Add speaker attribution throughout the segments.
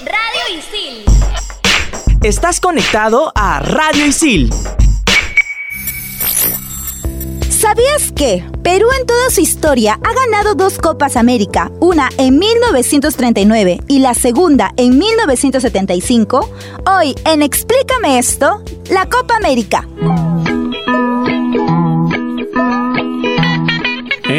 Speaker 1: Radio Isil.
Speaker 2: Estás conectado a Radio Isil.
Speaker 3: ¿Sabías que Perú en toda su historia ha ganado dos Copas América, una en 1939 y la segunda en 1975? Hoy, en Explícame esto, la Copa América.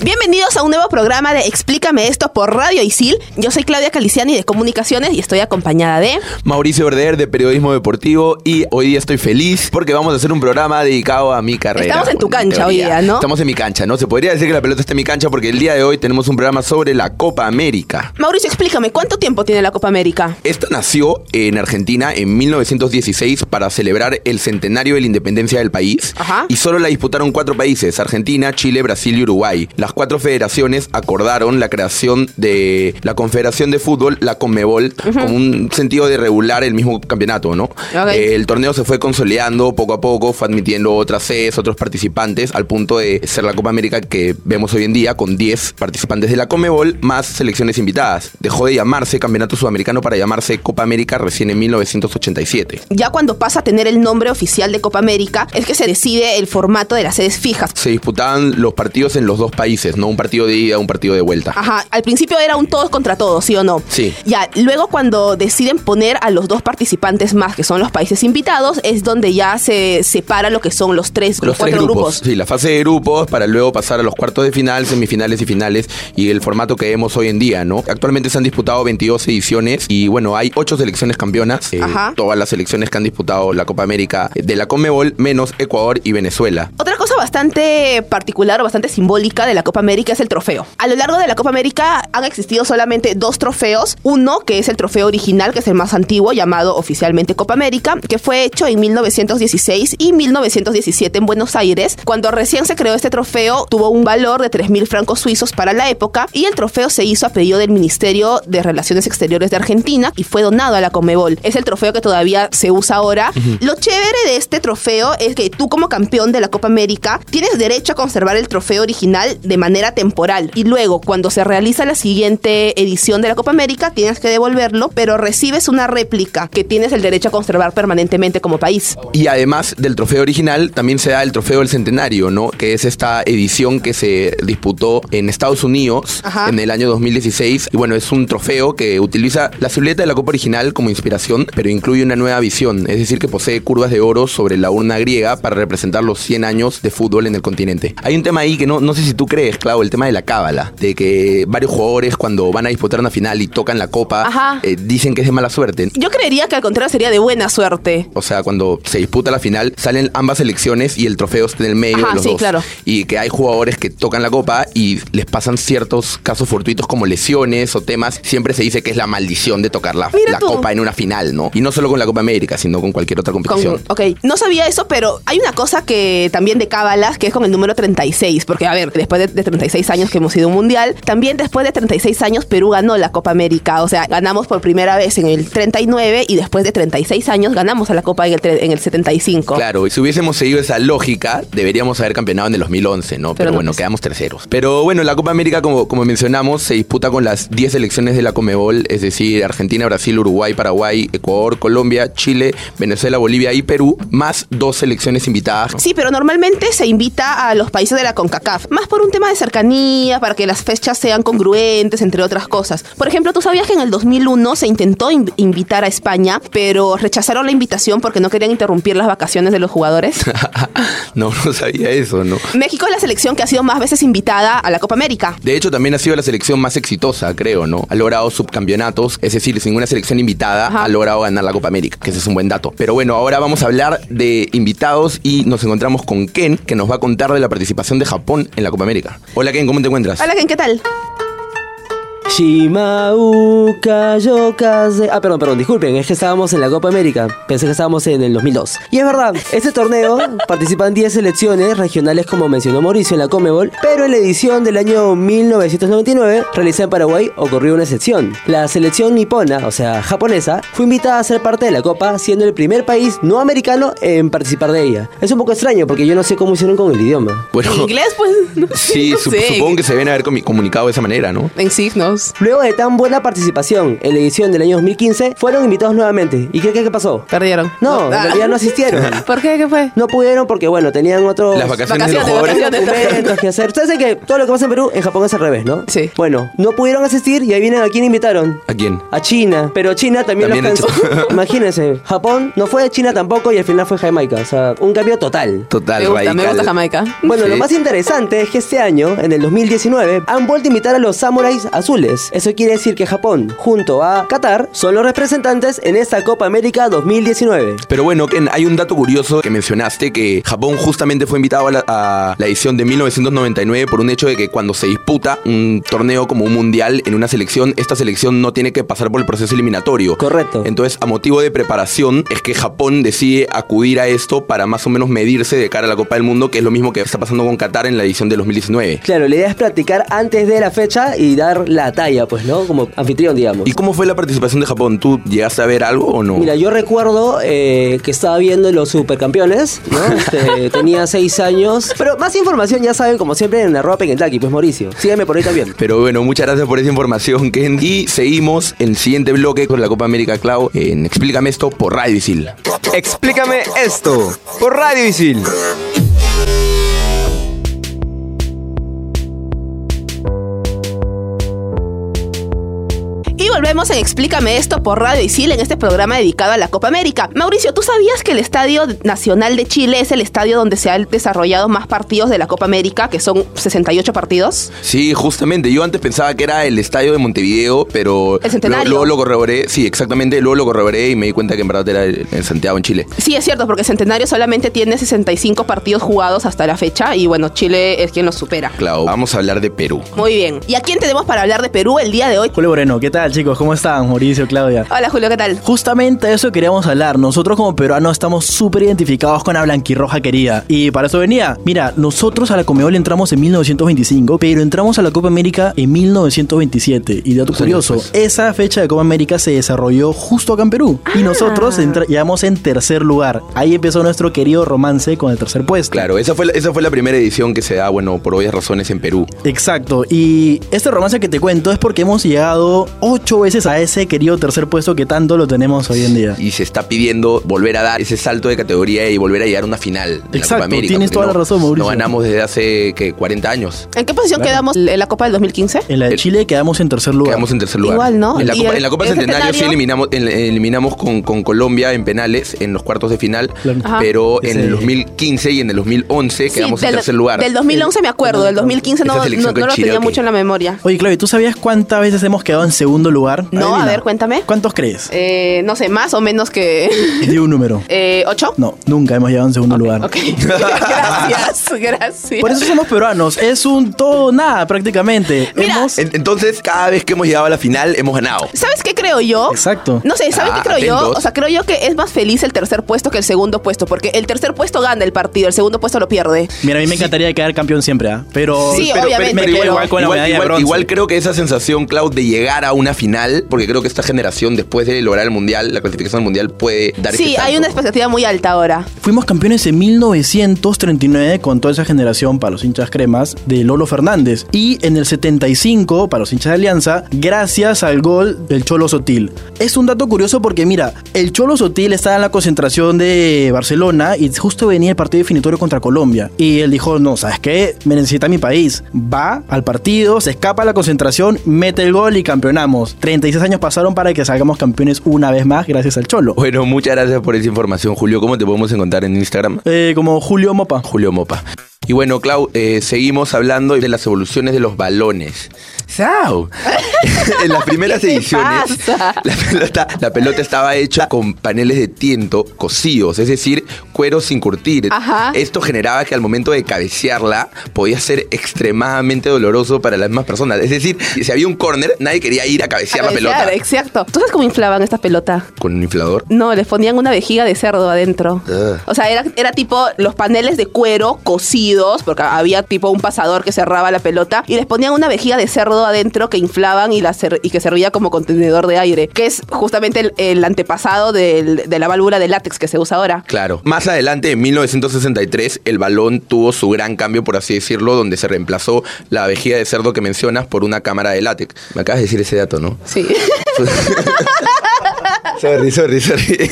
Speaker 4: Bienvenidos a un nuevo programa de Explícame esto por Radio Isil. Yo soy Claudia Caliciani de Comunicaciones y estoy acompañada de...
Speaker 5: Mauricio Verder de Periodismo Deportivo y hoy día estoy feliz porque vamos a hacer un programa dedicado a mi carrera.
Speaker 4: Estamos en tu
Speaker 5: Bueno,
Speaker 4: cancha hoy
Speaker 5: teoría.
Speaker 4: día, ¿no?
Speaker 5: Estamos en mi cancha, ¿no? Se podría decir que la pelota está en mi cancha porque el día de hoy tenemos un programa sobre la Copa América.
Speaker 4: Mauricio, explícame, ¿cuánto tiempo tiene la Copa América?
Speaker 5: Esta nació en Argentina en 1916 para celebrar el centenario de la independencia del país
Speaker 4: Ajá.
Speaker 5: y solo la disputaron cuatro países, Argentina, Chile, Brasil y Uruguay. Las cuatro federaciones acordaron la creación de la Confederación de Fútbol, la Conmebol, como un sentido de regular el mismo campeonato, ¿no? Eh, el torneo se fue consolidando poco a poco, fue admitiendo otras sedes, otros participantes, al punto de ser la Copa América que vemos hoy en día con 10 participantes de la Comebol más selecciones invitadas. Dejó de llamarse Campeonato Sudamericano para llamarse Copa América recién en 1987.
Speaker 4: Ya cuando pasa a tener el nombre oficial de Copa América, es que se decide el formato de las sedes fijas.
Speaker 5: Se disputaban los partidos en los dos países, no un partido de ida, un partido de vuelta.
Speaker 4: Ajá, al principio era un todos contra todos, ¿sí o no?
Speaker 5: Sí.
Speaker 4: Ya, luego cuando deciden poner a los dos participantes más, que son los países invitados, es donde ya se separa lo que son los tres, los,
Speaker 5: Los tres
Speaker 4: cuatro
Speaker 5: grupos.
Speaker 4: grupos.
Speaker 5: Sí, la fase de grupos para luego pasar a los cuartos de final, semifinales y finales y el formato que vemos hoy en día, ¿no? Actualmente se han disputado 22 ediciones y bueno, hay 8 selecciones campeonas. eh,
Speaker 4: Ajá.
Speaker 5: todas las selecciones que han disputado la Copa América de la Conmebol, menos Ecuador y Venezuela.
Speaker 4: Otra cosa bastante particular o bastante simbólica de la Copa América es el trofeo. A lo largo de la Copa América han existido solamente dos trofeos. Uno que es el trofeo original, que es el más antiguo, llamado oficialmente Copa América, que fue hecho en 1916 y 1917 en Buenos Aires. Cuando recién se creó este trofeo, tuvo un valor de 3.000 francos suizos para la época y el trofeo se hizo a pedido del Ministerio de Relaciones Exteriores de Argentina y fue donado a la Comebol. Es el trofeo que todavía se usa ahora. Lo chévere de este trofeo es que tú como campeón de la Copa América tienes derecho a conservar el trofeo original de manera temporal y luego cuando se realiza la siguiente edición de la Copa América tienes que devolverlo, pero recibes una réplica que tienes el derecho a conservar permanentemente como país.
Speaker 5: Y además del trofeo original, también se da el trofeo del centenario, ¿no? Que es esta edición que se disputó en Estados Unidos
Speaker 4: Ajá.
Speaker 5: en el año 2016. Y bueno, es un trofeo que utiliza la silueta de la Copa original como inspiración, pero incluye una nueva visión. Es decir, que posee curvas de oro sobre la urna griega para representar los 100 años de fútbol en el continente. Hay un tema ahí que no, no sé si tú crees, Clau, el tema de la cábala. De que varios jugadores cuando van a disputar una final y tocan la
Speaker 4: Ajá.
Speaker 5: copa, eh, dicen que es de mala suerte.
Speaker 4: Yo creería que al contrario sería de buena suerte.
Speaker 5: O sea, cuando se disputa la final, salen ambas selecciones y el trofeo está en el medio
Speaker 4: Ajá,
Speaker 5: de los
Speaker 4: sí,
Speaker 5: dos.
Speaker 4: claro.
Speaker 5: Y que hay jugadores que tocan la copa y les pasan ciertos casos fortuitos como lesiones o temas. Siempre se dice que es la maldición de tocar la,
Speaker 4: Mira
Speaker 5: la
Speaker 4: tú.
Speaker 5: copa en una final, ¿no? Y no solo con la Copa América, sino con cualquier otra competición.
Speaker 4: Con- ok, no sabía eso, pero hay una cosa que también de cábalas, que es con el número 36, porque a ver, después de, de 36 años que hemos ido a un mundial, también después de 36 años Perú ganó la Copa América, o sea, ganamos por primera vez en el 39 y después de 36 años ganamos a la Copa en el, tre- en el 75.
Speaker 5: Claro, y si hubiésemos seguido esa lógica, deberíamos haber campeonado en el 2011, ¿no? Pero,
Speaker 4: Pero no,
Speaker 5: bueno,
Speaker 4: pues.
Speaker 5: quedamos terceros. Pero bueno, la Copa América, como, como mencionamos, se disputa con las 10 selecciones de la Comebol, es decir, Argentina, Brasil, Uruguay, Paraguay, Ecuador, Colombia, Chile, Venezuela, Bolivia y Perú, más dos selecciones invitadas.
Speaker 4: Sí, pero normalmente se invita a los países de la CONCACAF, más por un tema de cercanía, para que las fechas sean congruentes, entre otras cosas. Por ejemplo, tú sabías que en el 2001 se intentó in- invitar a España, pero rechazaron la invitación porque no querían interrumpir las vacaciones de los jugadores.
Speaker 5: no, no sabía eso, ¿no?
Speaker 4: México es la selección que ha sido más veces invitada a la Copa América.
Speaker 5: De hecho, también ha sido la selección más exitosa, creo, ¿no? Ha logrado subcampeonatos, es decir, sin una selección invitada
Speaker 4: Ajá.
Speaker 5: ha logrado ganar la Copa América, que ese es un buen dato. Pero bueno, ahora vamos a hablar de invitados y nos encontramos con Ken, que nos va a contar de la participación de Japón en la Copa América. Hola Ken, ¿cómo te encuentras?
Speaker 4: Hola, Ken, ¿qué tal?
Speaker 6: Shimauka Yokaze. Ah, perdón, perdón, disculpen, es que estábamos en la Copa América. Pensé que estábamos en el 2002. Y es verdad, este torneo participan 10 selecciones regionales, como mencionó Mauricio en la Comebol, pero en la edición del año 1999, realizada en Paraguay, ocurrió una excepción. La selección nipona, o sea, japonesa, fue invitada a ser parte de la Copa, siendo el primer país no americano en participar de ella. Es un poco extraño porque yo no sé cómo hicieron con el idioma.
Speaker 5: Bueno,
Speaker 4: En inglés, pues. no-
Speaker 5: sí,
Speaker 4: no
Speaker 5: sup-
Speaker 4: sé.
Speaker 5: supongo que se deben haber comi- comunicado de esa manera, ¿no?
Speaker 4: En signos.
Speaker 6: Luego de tan buena participación en la edición del año 2015, fueron invitados nuevamente. ¿Y qué qué, qué pasó?
Speaker 4: Perdieron.
Speaker 6: No, en
Speaker 4: Ah.
Speaker 6: realidad no asistieron.
Speaker 4: ¿Por qué? ¿Qué fue?
Speaker 6: No pudieron porque, bueno, tenían otros
Speaker 5: Las vacaciones de los
Speaker 4: Pues, Vacaciones,
Speaker 5: jugadores.
Speaker 4: vacaciones.
Speaker 6: documentos que hacer. Ustedes saben que todo lo que pasa en Perú, en Japón es al revés, ¿no?
Speaker 4: Sí.
Speaker 6: Bueno, no pudieron asistir y ahí vienen a quién invitaron.
Speaker 5: ¿A quién?
Speaker 6: A China, pero China también,
Speaker 5: También
Speaker 6: los
Speaker 5: a
Speaker 6: canceló. Imagínense, Japón no fue China tampoco y al final fue Jamaica. O sea, un cambio total.
Speaker 5: Total,
Speaker 4: Me gusta, me
Speaker 5: radical.
Speaker 4: gusta Jamaica.
Speaker 6: Bueno,
Speaker 5: Sí.
Speaker 6: lo más interesante es que este año, en el 2019, han vuelto a invitar a los samuráis azules. Eso quiere decir que Japón, junto a Qatar, son los representantes en esta Copa América 2019.
Speaker 5: Pero bueno, Ken, hay un dato curioso que mencionaste que Japón justamente fue invitado a la, a la edición de 1999 por un hecho de que cuando se disputa un torneo como un mundial en una selección, esta selección no tiene que pasar por el proceso eliminatorio.
Speaker 6: Correcto.
Speaker 5: Entonces, a motivo de preparación, es que Japón decide acudir a esto para más o menos medirse de cara a la Copa del Mundo, que es lo mismo que está pasando con Qatar en la edición de 2019.
Speaker 6: Claro, la idea es practicar antes de la fecha y dar la talla, pues, ¿no? Como anfitrión, digamos.
Speaker 5: ¿Y cómo fue la participación de Japón? ¿Tú llegaste a ver algo o no?
Speaker 6: Mira, yo recuerdo eh, que estaba viendo los supercampeones, ¿no? Este, tenía seis años. Pero más información ya saben, como siempre, en arroba Kentucky, pues Mauricio. Sígueme por ahí también.
Speaker 5: Pero bueno, muchas gracias por esa información, Ken. Y seguimos en el siguiente bloque con la Copa América Clau en Explícame esto por Radio Isil.
Speaker 7: Explícame esto por Radio Isil.
Speaker 4: Y volvemos en Explícame esto por Radio Isil en este programa dedicado a la Copa América. Mauricio, ¿tú sabías que el Estadio Nacional de Chile es el estadio donde se han desarrollado más partidos de la Copa América, que son 68 partidos?
Speaker 5: Sí, justamente. Yo antes pensaba que era el estadio de Montevideo, pero
Speaker 4: El Centenario.
Speaker 5: luego lo corroboré. Sí, exactamente. Luego lo corroboré y me di cuenta que en verdad era el- en Santiago, en Chile.
Speaker 4: Sí, es cierto, porque Centenario solamente tiene 65 partidos jugados hasta la fecha y bueno, Chile es quien los supera.
Speaker 5: Clau, vamos a hablar de Perú.
Speaker 4: Muy bien. ¿Y a quién tenemos para hablar de Perú el día de hoy?
Speaker 8: Julio Moreno, ¿qué tal chicos? ¿Cómo están? Mauricio, Claudia.
Speaker 4: Hola Julio, ¿qué tal?
Speaker 8: Justamente de eso queríamos hablar. Nosotros como peruanos estamos súper identificados con la blanquirroja querida. Y para eso venía. Mira, nosotros a la Comebol entramos en 1925, pero entramos a la Copa América en 1927. Y dato
Speaker 5: Dos años
Speaker 8: curioso,
Speaker 5: después.
Speaker 8: esa fecha de Copa América se desarrolló justo acá en Perú. Y nosotros entra- llegamos en tercer lugar. Ahí empezó nuestro querido romance con el tercer puesto.
Speaker 5: Claro, esa fue, la- esa fue la primera edición que se da, bueno, por obvias razones en Perú.
Speaker 8: Exacto, y este romance que te cuento es porque hemos llegado ocho veces a ese querido tercer puesto que tanto lo tenemos hoy en día.
Speaker 5: Y se está pidiendo volver a dar ese salto de categoría y volver a llegar a una final. de la Copa
Speaker 8: Exacto,
Speaker 5: América,
Speaker 8: tienes
Speaker 5: porque
Speaker 8: toda la
Speaker 5: no-
Speaker 8: razón, Mauricio.
Speaker 5: No ganamos desde hace, ¿qué? 40 años.
Speaker 4: ¿En qué posición quedamos en la Copa del 2015?
Speaker 8: En la de Chile quedamos en tercer lugar.
Speaker 5: Quedamos en tercer lugar.
Speaker 4: Igual, ¿no?
Speaker 5: En la
Speaker 4: Y
Speaker 5: Copa,
Speaker 4: el-
Speaker 5: en la Copa
Speaker 4: el
Speaker 5: Centenario, sí
Speaker 4: Centenario-
Speaker 5: eliminamos, en- eliminamos con, con Colombia en penales en los cuartos de final,
Speaker 8: Claro.
Speaker 4: Ajá.
Speaker 5: pero en
Speaker 8: Ese-
Speaker 5: el 2015 y en el 2011 quedamos
Speaker 4: Sí,
Speaker 5: en
Speaker 4: del-
Speaker 5: tercer lugar.
Speaker 4: Del 2011 me acuerdo, del 2015 no,
Speaker 5: Esa selección
Speaker 4: no- no
Speaker 5: con
Speaker 4: lo tenía
Speaker 5: Chiroque.
Speaker 4: mucho en la memoria.
Speaker 8: Oye, Claudia, ¿tú sabías cuántas veces hemos quedado en segundo lugar?
Speaker 4: No, a ver, cuéntame.
Speaker 8: ¿Cuántos crees?
Speaker 4: Eh, no sé, más o menos que
Speaker 8: Di un número.
Speaker 4: eh, ocho.
Speaker 8: No, nunca hemos llegado en segundo lugar.
Speaker 4: Ok, gracias, gracias.
Speaker 8: Por eso somos peruanos, es un todo o nada prácticamente.
Speaker 4: Mira,
Speaker 8: Hemos-
Speaker 5: En- entonces, cada vez que hemos llegado a la final, hemos ganado.
Speaker 4: ¿Sabes qué creo yo?
Speaker 8: Exacto.
Speaker 4: No sé, ¿sabes
Speaker 5: Ah,
Speaker 4: qué creo yo?
Speaker 5: atentos.
Speaker 4: O sea, creo yo que es más feliz el tercer puesto que el segundo puesto, porque el tercer puesto gana el partido, el segundo puesto lo pierde.
Speaker 8: Mira, a mí me encantaría quedar campeón siempre, ¿ah? Pero
Speaker 4: Sí, obviamente,
Speaker 8: me quedo
Speaker 4: pero-
Speaker 8: igual con la
Speaker 5: igual-
Speaker 8: medalla de
Speaker 5: igual-
Speaker 8: bronce.
Speaker 5: igual creo que esa sensación, Cloud, de llegar a una final, porque creo que esta generación, después de lograr el mundial, la clasificación al mundial, puede dar ese
Speaker 4: Sí, hay
Speaker 5: salto.
Speaker 4: una expectativa muy alta ahora.
Speaker 8: Fuimos campeones en 1939 con toda esa generación para los hinchas cremas de Lolo Fernández y en el 75 para los hinchas de Alianza gracias al gol del Cholo Sotil. Es un dato curioso porque mira, el Cholo Sotil estaba en la concentración de Barcelona y justo venía el partido definitorio contra Colombia y él dijo, no, ¿sabes qué? Me necesita mi país. Va al partido, se escapa a la concentración, mete el gol y campeonamos. 36 años pasaron para que salgamos campeones una vez más gracias al Cholo.
Speaker 5: Bueno, muchas gracias por esa información, Julio. ¿Cómo te podemos encontrar en Instagram?
Speaker 8: Eh, como Julio Mopa.
Speaker 5: Julio Mopa. Y bueno, Clau, eh, seguimos hablando de las evoluciones de los balones. ¡Sao! en las primeras ediciones,
Speaker 4: pasa?
Speaker 5: la pelota, la pelota estaba hecha con paneles de tiento cosidos, es decir, cuero sin curtir.
Speaker 4: Ajá.
Speaker 5: Esto generaba que al momento de cabecearla podía ser extremadamente doloroso para las mismas personas. Es decir, si había un córner, nadie quería ir a cabecear la pelota.
Speaker 4: Exacto. ¿Tú sabes cómo inflaban esta pelota?
Speaker 5: Con un inflador.
Speaker 4: No, les ponían una vejiga de cerdo adentro.
Speaker 5: Ugh.
Speaker 4: O sea, era, era tipo los paneles de cuero cosidos, porque había tipo un pasador que cerraba la pelota, y les ponían una vejiga de cerdo adentro que inflaban y, la cer- y que servía como contenedor de aire, que es justamente el, el antepasado del- de la válvula de látex que se usa ahora.
Speaker 5: Claro. Más adelante, en 1963, el balón tuvo su gran cambio, por así decirlo, donde se reemplazó la vejiga de cerdo que mencionas por una cámara de látex. Me acabas de decir ese dato, ¿no?
Speaker 4: Sí.
Speaker 5: sorry, sorry, sorry.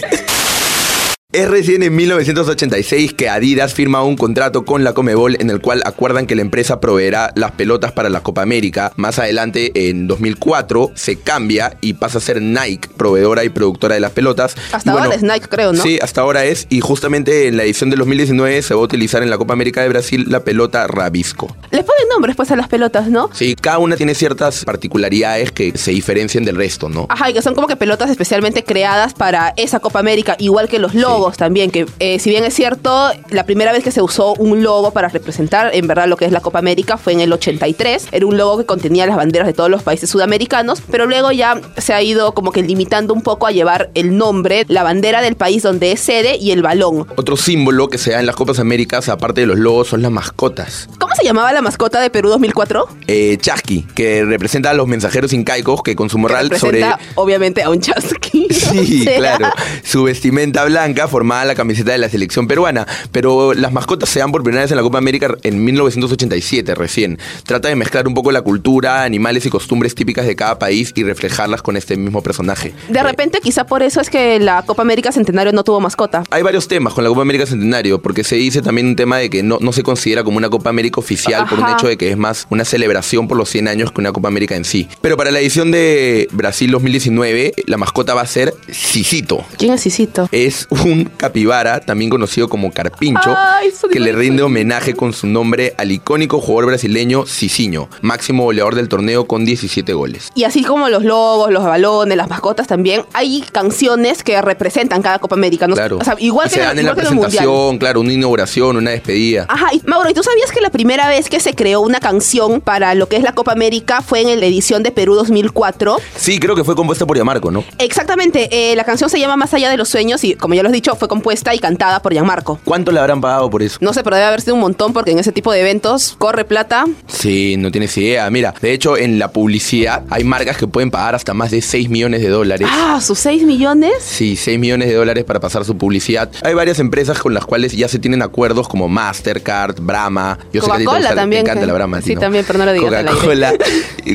Speaker 5: Es recién en 1986 que Adidas firma un contrato con la Comebol en el cual acuerdan que la empresa proveerá las pelotas para la Copa América. Más adelante, en 2004, se cambia y pasa a ser Nike, proveedora y productora de las pelotas.
Speaker 4: Hasta
Speaker 5: Y
Speaker 4: ahora es Nike, creo, ¿no?
Speaker 5: Sí, hasta ahora es. Y justamente en la edición del 2019 se va a utilizar en la Copa América de Brasil la pelota Rabisco.
Speaker 4: Les ponen nombres pues a las pelotas, ¿no?
Speaker 5: Sí, cada una tiene ciertas particularidades que se diferencian del resto, ¿no?
Speaker 4: Ajá, y que son como que pelotas especialmente creadas para esa Copa América, igual que los logos también, que eh, si bien es cierto, la primera vez que se usó un logo para representar en verdad lo que es la Copa América fue en el 83, era un logo que contenía las banderas de todos los países sudamericanos, pero luego ya se ha ido como que limitando un poco a llevar el nombre, la bandera del país donde es sede y el balón.
Speaker 5: Otro símbolo que se da en las Copas Américas, aparte de los logos, son las mascotas.
Speaker 4: ¿Cómo se llamaba la mascota de Perú 2004?
Speaker 5: Eh, Chasqui, que representa a los mensajeros incaicos que con su
Speaker 4: Que
Speaker 5: moral sobre...
Speaker 4: representa obviamente a un chasqui.
Speaker 5: Sí,
Speaker 4: O sea,
Speaker 5: claro. Su vestimenta blanca formaba la camiseta de la selección peruana. Pero las mascotas se dan por primera vez en la Copa América en 1987 recién. Trata de mezclar un poco la cultura, animales y costumbres típicas de cada país y reflejarlas con este mismo personaje.
Speaker 4: De
Speaker 5: Eh,
Speaker 4: repente quizá por eso es que la Copa América Centenario no tuvo mascota.
Speaker 5: hay varios temas con la Copa América Centenario, porque se dice también un tema de que no, no se considera como una Copa América oficial por un
Speaker 4: Ajá.
Speaker 5: hecho de que es más una celebración por los 100 años que una Copa América en sí. Pero para la edición de Brasil 2019, la mascota va a ser Sisito.
Speaker 4: ¿Quién es Isito?
Speaker 5: Es un capibara, también conocido como carpincho,
Speaker 4: Ay, son
Speaker 5: que le
Speaker 4: igualitos.
Speaker 5: rinde homenaje con su nombre al icónico jugador brasileño Cicinho, máximo goleador del torneo con 17 goles.
Speaker 4: Y así como los lobos, los balones, las mascotas también, hay canciones que representan cada Copa América. ¿no?
Speaker 5: Claro.
Speaker 4: O sea, igual
Speaker 5: Y
Speaker 4: que,
Speaker 5: se
Speaker 4: en-
Speaker 5: dan en la
Speaker 4: igual que en el Mundial. Ah.
Speaker 5: presentación, claro, una inauguración, una despedida.
Speaker 4: Ajá, y Mauro, ¿y tú sabías que la primera vez que se creó una canción para lo que es la Copa América fue en la edición de Perú 2004?
Speaker 5: Sí, creo que fue compuesta por Yamarco, ¿no?
Speaker 4: Exactamente, eh, la canción se llama Más allá de los sueños y como ya lo he dicho, fue compuesta y cantada por Gianmarco.
Speaker 5: ¿Cuánto le habrán pagado por eso?
Speaker 4: No sé, pero debe haber sido un montón porque en ese tipo de eventos corre plata.
Speaker 5: Sí, no tienes idea. Mira, de hecho, en la publicidad hay marcas que pueden pagar hasta más de 6 millones de dólares.
Speaker 4: Ah, sus 6 millones.
Speaker 5: Sí, 6 millones de dólares para pasar su publicidad. Hay varias empresas con las cuales ya se tienen acuerdos como Mastercard, Brahma. Yo sé que a ti te
Speaker 4: Coca-Cola
Speaker 5: gusta- te
Speaker 4: también,
Speaker 5: encanta
Speaker 4: que-
Speaker 5: la Brahma. a ti,
Speaker 4: sí, también, pero no lo digas al aire.
Speaker 5: Coca-Cola,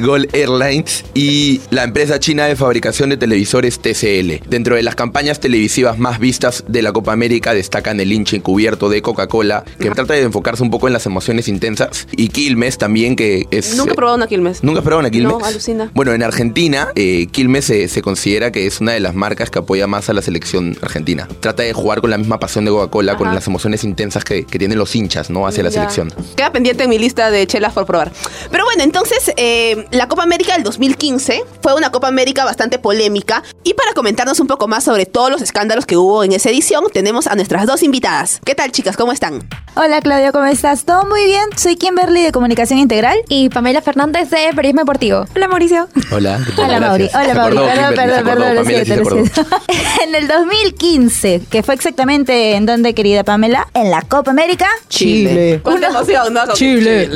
Speaker 5: Gold Airlines y la empresa china de fabricación de televisores TCL. Dentro de las campañas televisivas más vistas de la Copa América destacan el hinche encubierto de Coca-Cola, que trata de enfocarse un poco en las emociones intensas, y Quilmes también, que es...
Speaker 4: Nunca he probado una Quilmes.
Speaker 5: ¿Nunca probaron a Quilmes?
Speaker 4: No, alucina.
Speaker 5: Bueno, en Argentina, eh, Quilmes se, se considera que es una de las marcas que apoya más a la selección argentina. Trata de jugar con la misma pasión de Coca-Cola, con
Speaker 4: Ajá.
Speaker 5: las emociones intensas que, que tienen los hinchas, ¿no? Hacia la
Speaker 4: Ya.
Speaker 5: selección.
Speaker 4: Queda pendiente en mi lista de chelas por probar. Pero bueno, entonces eh, la Copa América del 2015 fue una Copa América bastante polémica. Y para comentarnos un poco más sobre todos los escándalos que hubo en esa edición, tenemos a nuestras dos invitadas. ¿Qué tal, chicas? ¿Cómo están?
Speaker 3: Hola Claudia, ¿cómo estás? ¿Todo muy bien? Soy Kimberly de Comunicación Integral.
Speaker 1: Y Pamela Fernández de Periodismo Deportivo. Hola, Mauricio.
Speaker 5: Hola,
Speaker 3: Hola Mauri, hola Mauri, perdón, perdón, perdón, lo siento, lo siento. En el 2015, que fue exactamente en donde, querida Pamela, en la Copa América.
Speaker 4: Chile. Cuánta emoción, ¿no? Chile.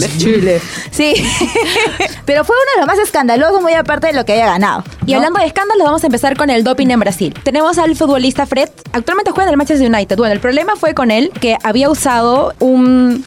Speaker 3: Sí, pero fue uno de los más escandalosos, muy aparte de lo que haya ganado.
Speaker 9: Y
Speaker 3: ¿no?
Speaker 9: hablando de escándalos, vamos a empezar con el doping en Brasil. Tenemos al futbolista Fred, actualmente juega en el Manchester United. Bueno, el problema fue con él que había usado un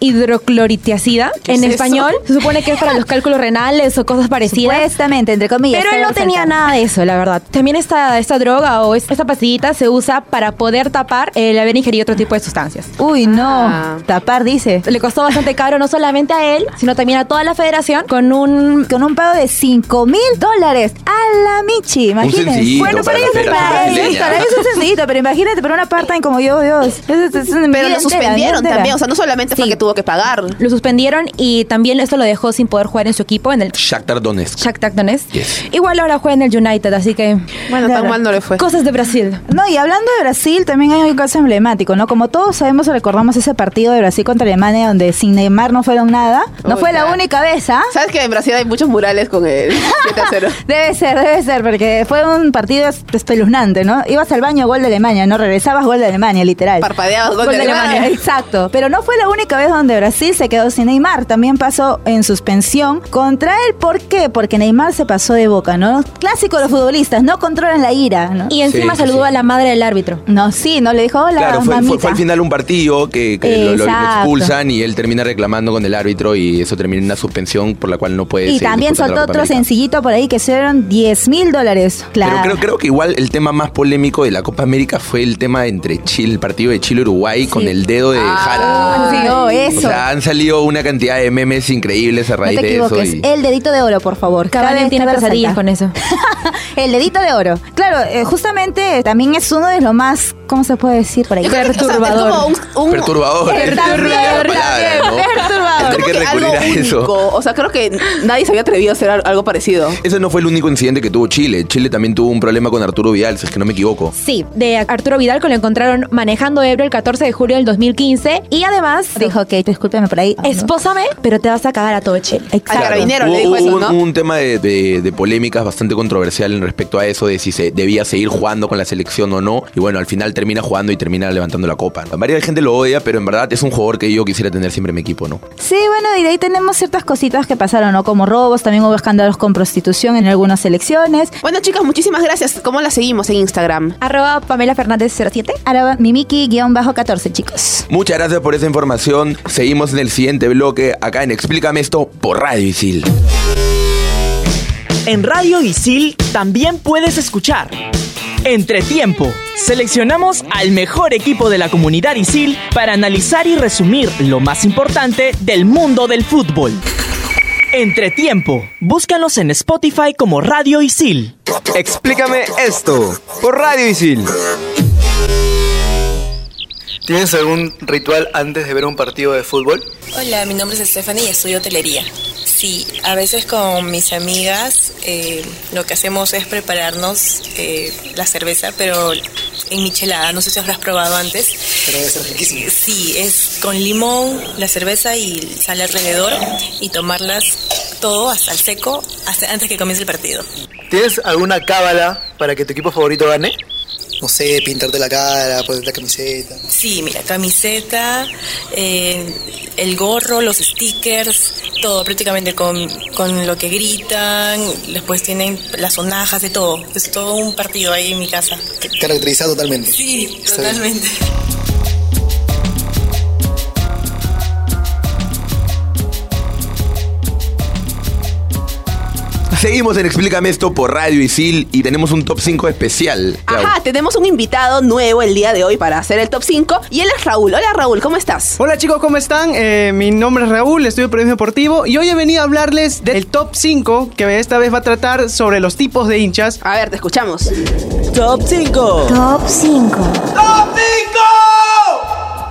Speaker 9: hidrocloritiacida
Speaker 4: ¿Qué
Speaker 9: en
Speaker 4: es
Speaker 9: español.
Speaker 4: eso?
Speaker 9: Se supone que es para los cálculos renales o cosas parecidas.
Speaker 3: supuestamente, entre comillas.
Speaker 9: Pero él no
Speaker 3: cabe
Speaker 9: tenía
Speaker 3: resaltar.
Speaker 9: nada de eso, la verdad. También esta, esta droga o es- esta pastillita se usa para poder tapar el haber ingerido otro tipo de sustancias.
Speaker 3: Uy, no,
Speaker 4: Ah.
Speaker 3: tapar dice.
Speaker 9: Le costó bastante caro no solamente a él, sino también a toda la federación con un
Speaker 3: Con un pago de 5 mil dólares. ¡A la Michi, imagínense.
Speaker 5: sencillito
Speaker 3: Bueno, para
Speaker 5: para
Speaker 3: ellos
Speaker 5: la
Speaker 3: es
Speaker 5: feria
Speaker 3: para ellos,
Speaker 5: brasileña.
Speaker 3: para ellos es sencillito, pero imagínate para una part-time como yo, Dios. Es- es- es una
Speaker 4: Pero
Speaker 3: vida
Speaker 4: lo
Speaker 3: entera,
Speaker 4: suspendieron
Speaker 3: vida
Speaker 4: también,
Speaker 3: entera.
Speaker 4: o sea, no solamente fue
Speaker 9: Sí.
Speaker 4: que tuvo que pagar.
Speaker 9: Lo suspendieron y también esto lo dejó sin poder jugar en su equipo, en el
Speaker 5: Shakhtar Donetsk.
Speaker 9: Shakhtar Donetsk.
Speaker 5: Yes.
Speaker 9: Igual ahora juega en el United, así que
Speaker 4: Bueno,
Speaker 3: Claro.
Speaker 4: tan mal no le fue.
Speaker 9: cosas de Brasil.
Speaker 3: No, y hablando de Brasil, también hay un caso emblemático, ¿no? Como todos sabemos, recordamos ese partido de Brasil contra Alemania donde sin Neymar no fueron nada. No
Speaker 4: Uy,
Speaker 3: fue la
Speaker 4: Oh, ya.
Speaker 3: única vez, ¿ah?
Speaker 4: ¿Sabes que en Brasil hay muchos murales con el 7 a 0?
Speaker 3: Debe ser, debe ser, porque fue un partido es- espeluznante, ¿no? Ibas al baño, gol de Alemania, no regresabas, gol de Alemania, literal.
Speaker 4: Parpadeados gol de Alemania.
Speaker 3: Exacto, pero no fue la única vez donde Brasil se quedó sin Neymar, también pasó en suspensión contra él. ¿Por qué? Porque Neymar se pasó de boca, ¿no? Clásico de los futbolistas, no controlan la ira, ¿no?
Speaker 9: Y encima
Speaker 5: Sí, sí,
Speaker 9: saludó
Speaker 5: sí.
Speaker 9: a la madre del árbitro.
Speaker 3: No, sí, no le dijo hola,
Speaker 5: Claro, fue, fue-
Speaker 3: mamita.
Speaker 5: fue al final un partido que, que lo, lo
Speaker 3: Exacto.
Speaker 5: expulsan y él termina reclamando con el árbitro y eso termina en una suspensión por la cual no puede
Speaker 3: Y
Speaker 5: seguir
Speaker 3: también
Speaker 5: disputando
Speaker 3: soltó
Speaker 5: la Copa
Speaker 3: otro
Speaker 5: América.
Speaker 3: sencillito por ahí que fueron 10 mil dólares. Claro.
Speaker 5: Pero creo, creo que igual el tema más polémico de la Copa América fue el tema entre Chile, el partido de Chile-Uruguay con el dedo de Jara.
Speaker 3: Ah, sí, oh,
Speaker 5: O
Speaker 3: eso.
Speaker 5: sea, han salido una cantidad de memes increíbles
Speaker 3: no
Speaker 5: a
Speaker 3: te
Speaker 5: raíz de eso.
Speaker 3: equivoques.
Speaker 5: y-
Speaker 3: El dedito de oro, por favor. Cada
Speaker 9: Cavani
Speaker 3: vez-
Speaker 9: tiene
Speaker 3: cada vez
Speaker 9: pesadillas
Speaker 3: salta.
Speaker 9: con eso.
Speaker 3: El dedito de oro. Claro, eh, justamente eh, también es uno de los más, ¿cómo se puede decir por ahí?
Speaker 4: Yo creo que, o sea, es como un- un-
Speaker 5: Perturbador.
Speaker 3: También,
Speaker 5: Esa es la palabra,
Speaker 3: también, perturbador.
Speaker 5: Tener
Speaker 4: creo
Speaker 5: que
Speaker 4: que
Speaker 5: recurrir
Speaker 4: algo
Speaker 5: a eso.
Speaker 4: único. O sea, creo que nadie se había atrevido a hacer al- algo parecido.
Speaker 5: Ese no fue el único incidente que tuvo Chile. Chile también tuvo un problema con Arturo Vidal, si es que no me equivoco.
Speaker 9: Sí, de Arturo Vidal que lo encontraron manejando ebrio el 14 de julio del 2015 y además dijo,
Speaker 3: Dijo, ok, discúlpeme por
Speaker 9: Ah,
Speaker 3: ahí.
Speaker 9: espósame, pero te vas a cagar a todo Chile.
Speaker 4: Al carabinero
Speaker 5: Hubo,
Speaker 4: le dijo
Speaker 5: hubo
Speaker 4: eso,
Speaker 5: un,
Speaker 4: ¿no?
Speaker 5: hubo un tema de, de- de polémicas bastante controversial en respecto a eso, de si se debía seguir jugando con la selección o no. Y bueno, al final termina jugando y termina levantando la copa. ¿no? Varias gente lo odia, pero en verdad es un jugador que yo quisiera tener siempre en mi equipo, ¿no?
Speaker 3: Sí, bueno, y de ahí tenemos ciertas cositas que pasaron, ¿no? Como robos, también hubo escándalos con prostitución en algunas elecciones.
Speaker 4: Bueno, chicas, muchísimas gracias. ¿Cómo la seguimos en Instagram?
Speaker 9: Arroba Pamela Fernández 07.
Speaker 3: Ahora va Mimiki-14, chicos.
Speaker 5: Muchas gracias por esa información. Seguimos en el siguiente bloque acá en Explícame esto por Radio Isil.
Speaker 2: En Radio Isil también puedes escuchar Entretiempo. Seleccionamos al mejor equipo de la comunidad Isil para analizar y resumir lo más importante del mundo del fútbol. Entretiempo. Búscanos en Spotify como Radio Isil.
Speaker 10: Explícame esto por Radio Isil.
Speaker 8: ¿Tienes algún ritual antes de ver un partido de fútbol?
Speaker 11: Hola, mi nombre es Stephanie y estudio hotelería. Sí, a veces con mis amigas eh, lo que hacemos es prepararnos eh, la cerveza, pero en michelada, no sé si habrás probado antes. Pero Sí, es con limón, la cerveza y sal alrededor y tomarlas todo hasta el seco hasta- antes que comience el partido.
Speaker 8: ¿Tienes alguna cábala para que tu equipo favorito gane? No sé, pintarte la cara, ponerte la camiseta.
Speaker 11: Sí, mira, camiseta, eh, el gorro, los stickers, todo prácticamente con, con lo que gritan, después tienen las sonajas, de todo. Es todo un partido ahí en mi casa.
Speaker 8: Caracterizado totalmente.
Speaker 11: Sí,
Speaker 8: Está bien.
Speaker 11: totalmente.
Speaker 5: Seguimos en Explícame esto por Radio Isil y tenemos un top 5 especial. Clau.
Speaker 4: Ajá, tenemos un invitado nuevo el día de hoy para hacer el top 5 y él es Raúl. Hola Raúl, ¿cómo estás?
Speaker 8: Hola chicos, ¿cómo están? Eh, mi nombre es Raúl, estudio periodismo deportivo y hoy he venido a hablarles del top 5 que esta vez va a tratar sobre los tipos de hinchas.
Speaker 4: A ver, te escuchamos.
Speaker 2: Top 5.
Speaker 3: Top 5.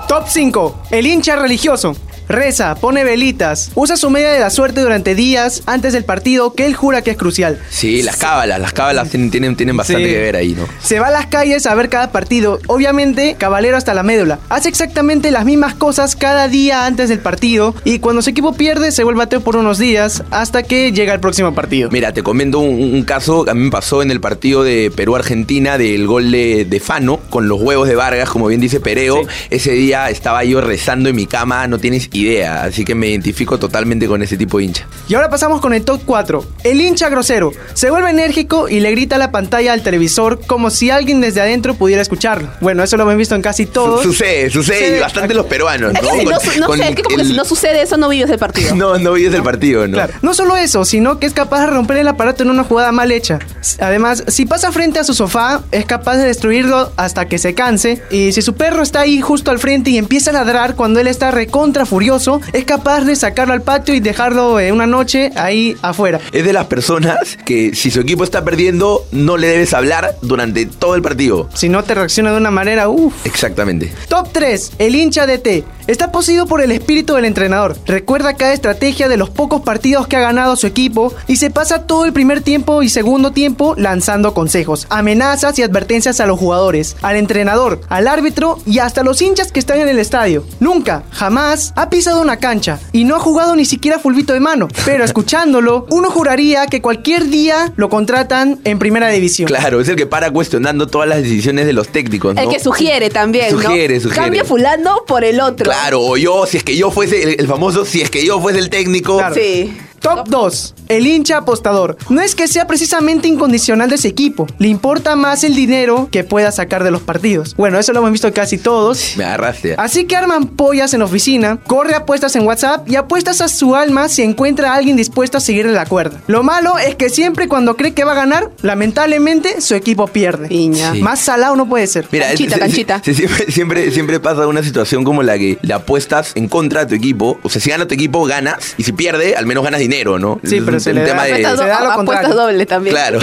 Speaker 8: Top 5. El hincha religioso. Reza, pone velitas, usa su media de la suerte durante días antes del partido que él jura que es crucial.
Speaker 5: Sí, las cábalas, las cábalas tienen, tienen, tienen bastante
Speaker 8: Sí.
Speaker 5: que ver ahí, ¿no?
Speaker 8: Se va a las calles a ver cada partido, obviamente cabalero hasta la médula. Hace exactamente las mismas cosas cada día antes del partido y cuando su equipo pierde se vuelve ateo por unos días hasta que llega el próximo partido.
Speaker 5: Mira, te comento un, un caso que a mí me pasó en el partido de Perú-Argentina del gol de, de Fano con los huevos de Vargas, como bien dice Pereo. Ese día estaba yo rezando en mi cama, no tienes idea. Así que me identifico totalmente con ese tipo de hincha.
Speaker 8: Y ahora pasamos con el top 4. El hincha grosero. Se vuelve enérgico y le grita a la pantalla al televisor como si alguien desde adentro pudiera escucharlo. Bueno, eso lo hemos visto en casi todos.
Speaker 5: Su- sucede, sucede,
Speaker 8: Sí.
Speaker 5: y bastante los peruanos, ¿no?
Speaker 4: Es que si no,
Speaker 5: Con-
Speaker 4: su- no
Speaker 5: con
Speaker 4: sé, es que como que
Speaker 5: el-
Speaker 4: si no sucede eso no vives el partido.
Speaker 5: No, no vives el partido, ¿no?
Speaker 8: Claro. No solo eso, sino que es capaz de romper el aparato en una jugada mal hecha. S- Además, si pasa frente a su sofá, es capaz de destruirlo hasta que se canse. Y si su perro está ahí justo al frente y empieza a ladrar cuando él está recontra mafioso es capaz de sacarlo al patio y dejarlo eh, una noche ahí afuera.
Speaker 5: Es de las personas que si su equipo está perdiendo, no le debes hablar durante todo el partido.
Speaker 8: Si no te reacciona de una manera, uff.
Speaker 5: Exactamente.
Speaker 8: Top 3. El hincha de T. Está poseído por el espíritu del entrenador. Recuerda cada estrategia de los pocos partidos que ha ganado su equipo y se pasa todo el primer tiempo y segundo tiempo lanzando consejos, amenazas y advertencias a los jugadores, al entrenador, al árbitro y hasta a los hinchas que están en el estadio. Nunca, jamás ha pisado una cancha y no ha jugado ni siquiera fulbito de mano. Pero escuchándolo, uno juraría que cualquier día lo contratan en primera división.
Speaker 5: Claro, es el que para cuestionando todas las decisiones de los técnicos. ¿no?
Speaker 4: El que sugiere también,
Speaker 5: Sugiere,
Speaker 4: ¿no?
Speaker 5: sugiere.
Speaker 4: Cambia fulano por el otro.
Speaker 5: Claro, o yo, si es que yo fuese el, el famoso, si es que yo fuese el técnico.
Speaker 4: Sí.
Speaker 8: Top 2. El hincha apostador. No es que sea precisamente incondicional de ese equipo. Le importa más el dinero que pueda sacar de los partidos. Bueno, eso lo hemos visto casi todos.
Speaker 5: Me agarraste.
Speaker 8: Así que arman pollas en la oficina, corre apuestas en WhatsApp y apuestas a su alma si encuentra a alguien dispuesto a seguirle la cuerda. Lo malo es que siempre cuando cree que va a ganar, lamentablemente su equipo pierde.
Speaker 5: Sí.
Speaker 8: Más salado no puede ser.
Speaker 5: Mira, se- se- se- siempre, siempre, siempre pasa una situación como la que le apuestas en contra de tu equipo. O sea, si gana tu equipo, ganas. Y si pierde, al menos ganas dinero, ¿no?
Speaker 8: Sí,
Speaker 5: Es
Speaker 8: pero
Speaker 5: un-
Speaker 8: se
Speaker 5: un
Speaker 8: le da
Speaker 5: tema de-
Speaker 8: apuestas do- a- apuestas
Speaker 4: doble también.
Speaker 5: Claro.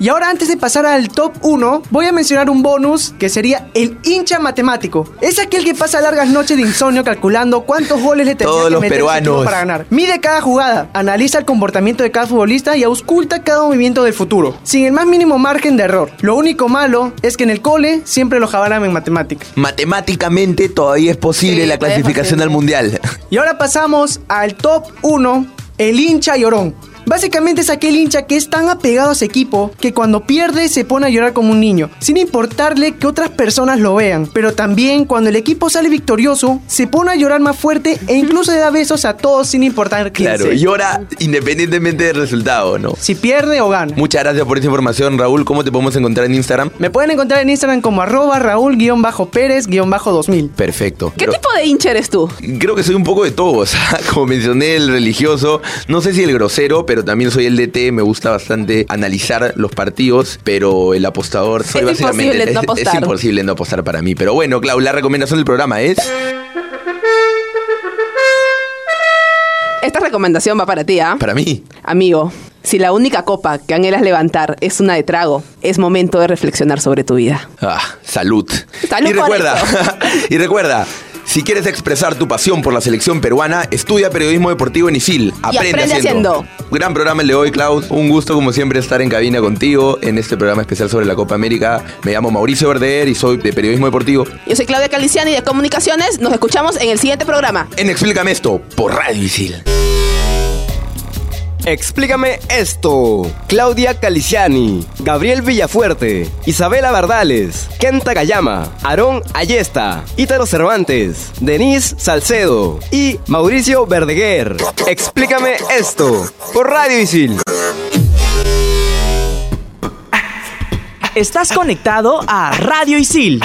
Speaker 8: Y ahora antes de pasar al top 1, voy a mencionar un bonus que sería el hincha matemático. Es aquel que pasa largas noches de insomnio calculando cuántos goles le tendría
Speaker 5: Todos
Speaker 8: que
Speaker 5: los
Speaker 8: meter a su
Speaker 5: peruanos.
Speaker 8: equipo para ganar. Mide cada jugada, analiza el comportamiento de cada futbolista y ausculta cada movimiento del futuro, sin el más mínimo margen de error. Lo único malo es que en el cole siempre lo jabaran en matemáticas.
Speaker 5: Matemáticamente todavía es posible la clasificación al mundial.
Speaker 8: Y ahora pasamos al top 1, el hincha llorón. Básicamente es aquel hincha que es tan apegado a su equipo que cuando pierde se pone a llorar como un niño, sin importarle que otras personas lo vean. Pero también cuando el equipo sale victorioso, se pone a llorar más fuerte e incluso le da besos a todos sin importar quién
Speaker 5: Claro,
Speaker 8: sea.
Speaker 5: llora independientemente del resultado, ¿no?
Speaker 8: Si pierde o gana.
Speaker 5: Muchas gracias por esa información, Raúl. ¿Cómo te podemos encontrar en Instagram?
Speaker 8: Me pueden encontrar en Instagram como arroba raúl-pérez-2000.
Speaker 5: Perfecto.
Speaker 4: ¿Qué tipo de hincha eres tú?
Speaker 5: Creo que soy un poco de todo, o sea, como mencioné, el religioso, no sé si el grosero, pero también soy el DT, me gusta bastante analizar los partidos, pero el apostador soy
Speaker 4: Es
Speaker 5: básicamente...
Speaker 4: imposible no
Speaker 5: es,
Speaker 4: apostar.
Speaker 5: imposible no apostar para mí, pero bueno, Clau, la recomendación del programa es...
Speaker 4: Ah. Esta recomendación va para ti, ¿ah?
Speaker 5: Para mí.
Speaker 4: Amigo, si la única copa que anhelas levantar es una de trago, es momento de reflexionar sobre tu vida.
Speaker 5: Ah, salud.
Speaker 4: Salud
Speaker 5: y
Speaker 4: por
Speaker 5: recuerda, y recuerda, si quieres expresar tu pasión por la selección peruana, estudia periodismo deportivo en ISIL. Aprende,
Speaker 4: aprende haciendo.
Speaker 5: Gran programa el de hoy, Klaus. Un gusto, como siempre, estar en cabina contigo en este programa especial sobre la Copa América. Me llamo Mauricio Verdeer y soy de periodismo deportivo.
Speaker 4: Yo soy Claudia Caliciani de Comunicaciones. Nos escuchamos en el siguiente programa.
Speaker 5: En Explícame esto por Radio Isil.
Speaker 10: Explícame esto. Claudia Caliciani, Gabriel Villafuerte, Isabela Bardales, Kenta Gayama, Aarón Ayesta, Ítalo Cervantes, Denise Salcedo y Mauricio Verdeguer. Explícame esto
Speaker 8: Oh,
Speaker 10: por Radio Isil.
Speaker 2: Estás conectado a Radio Isil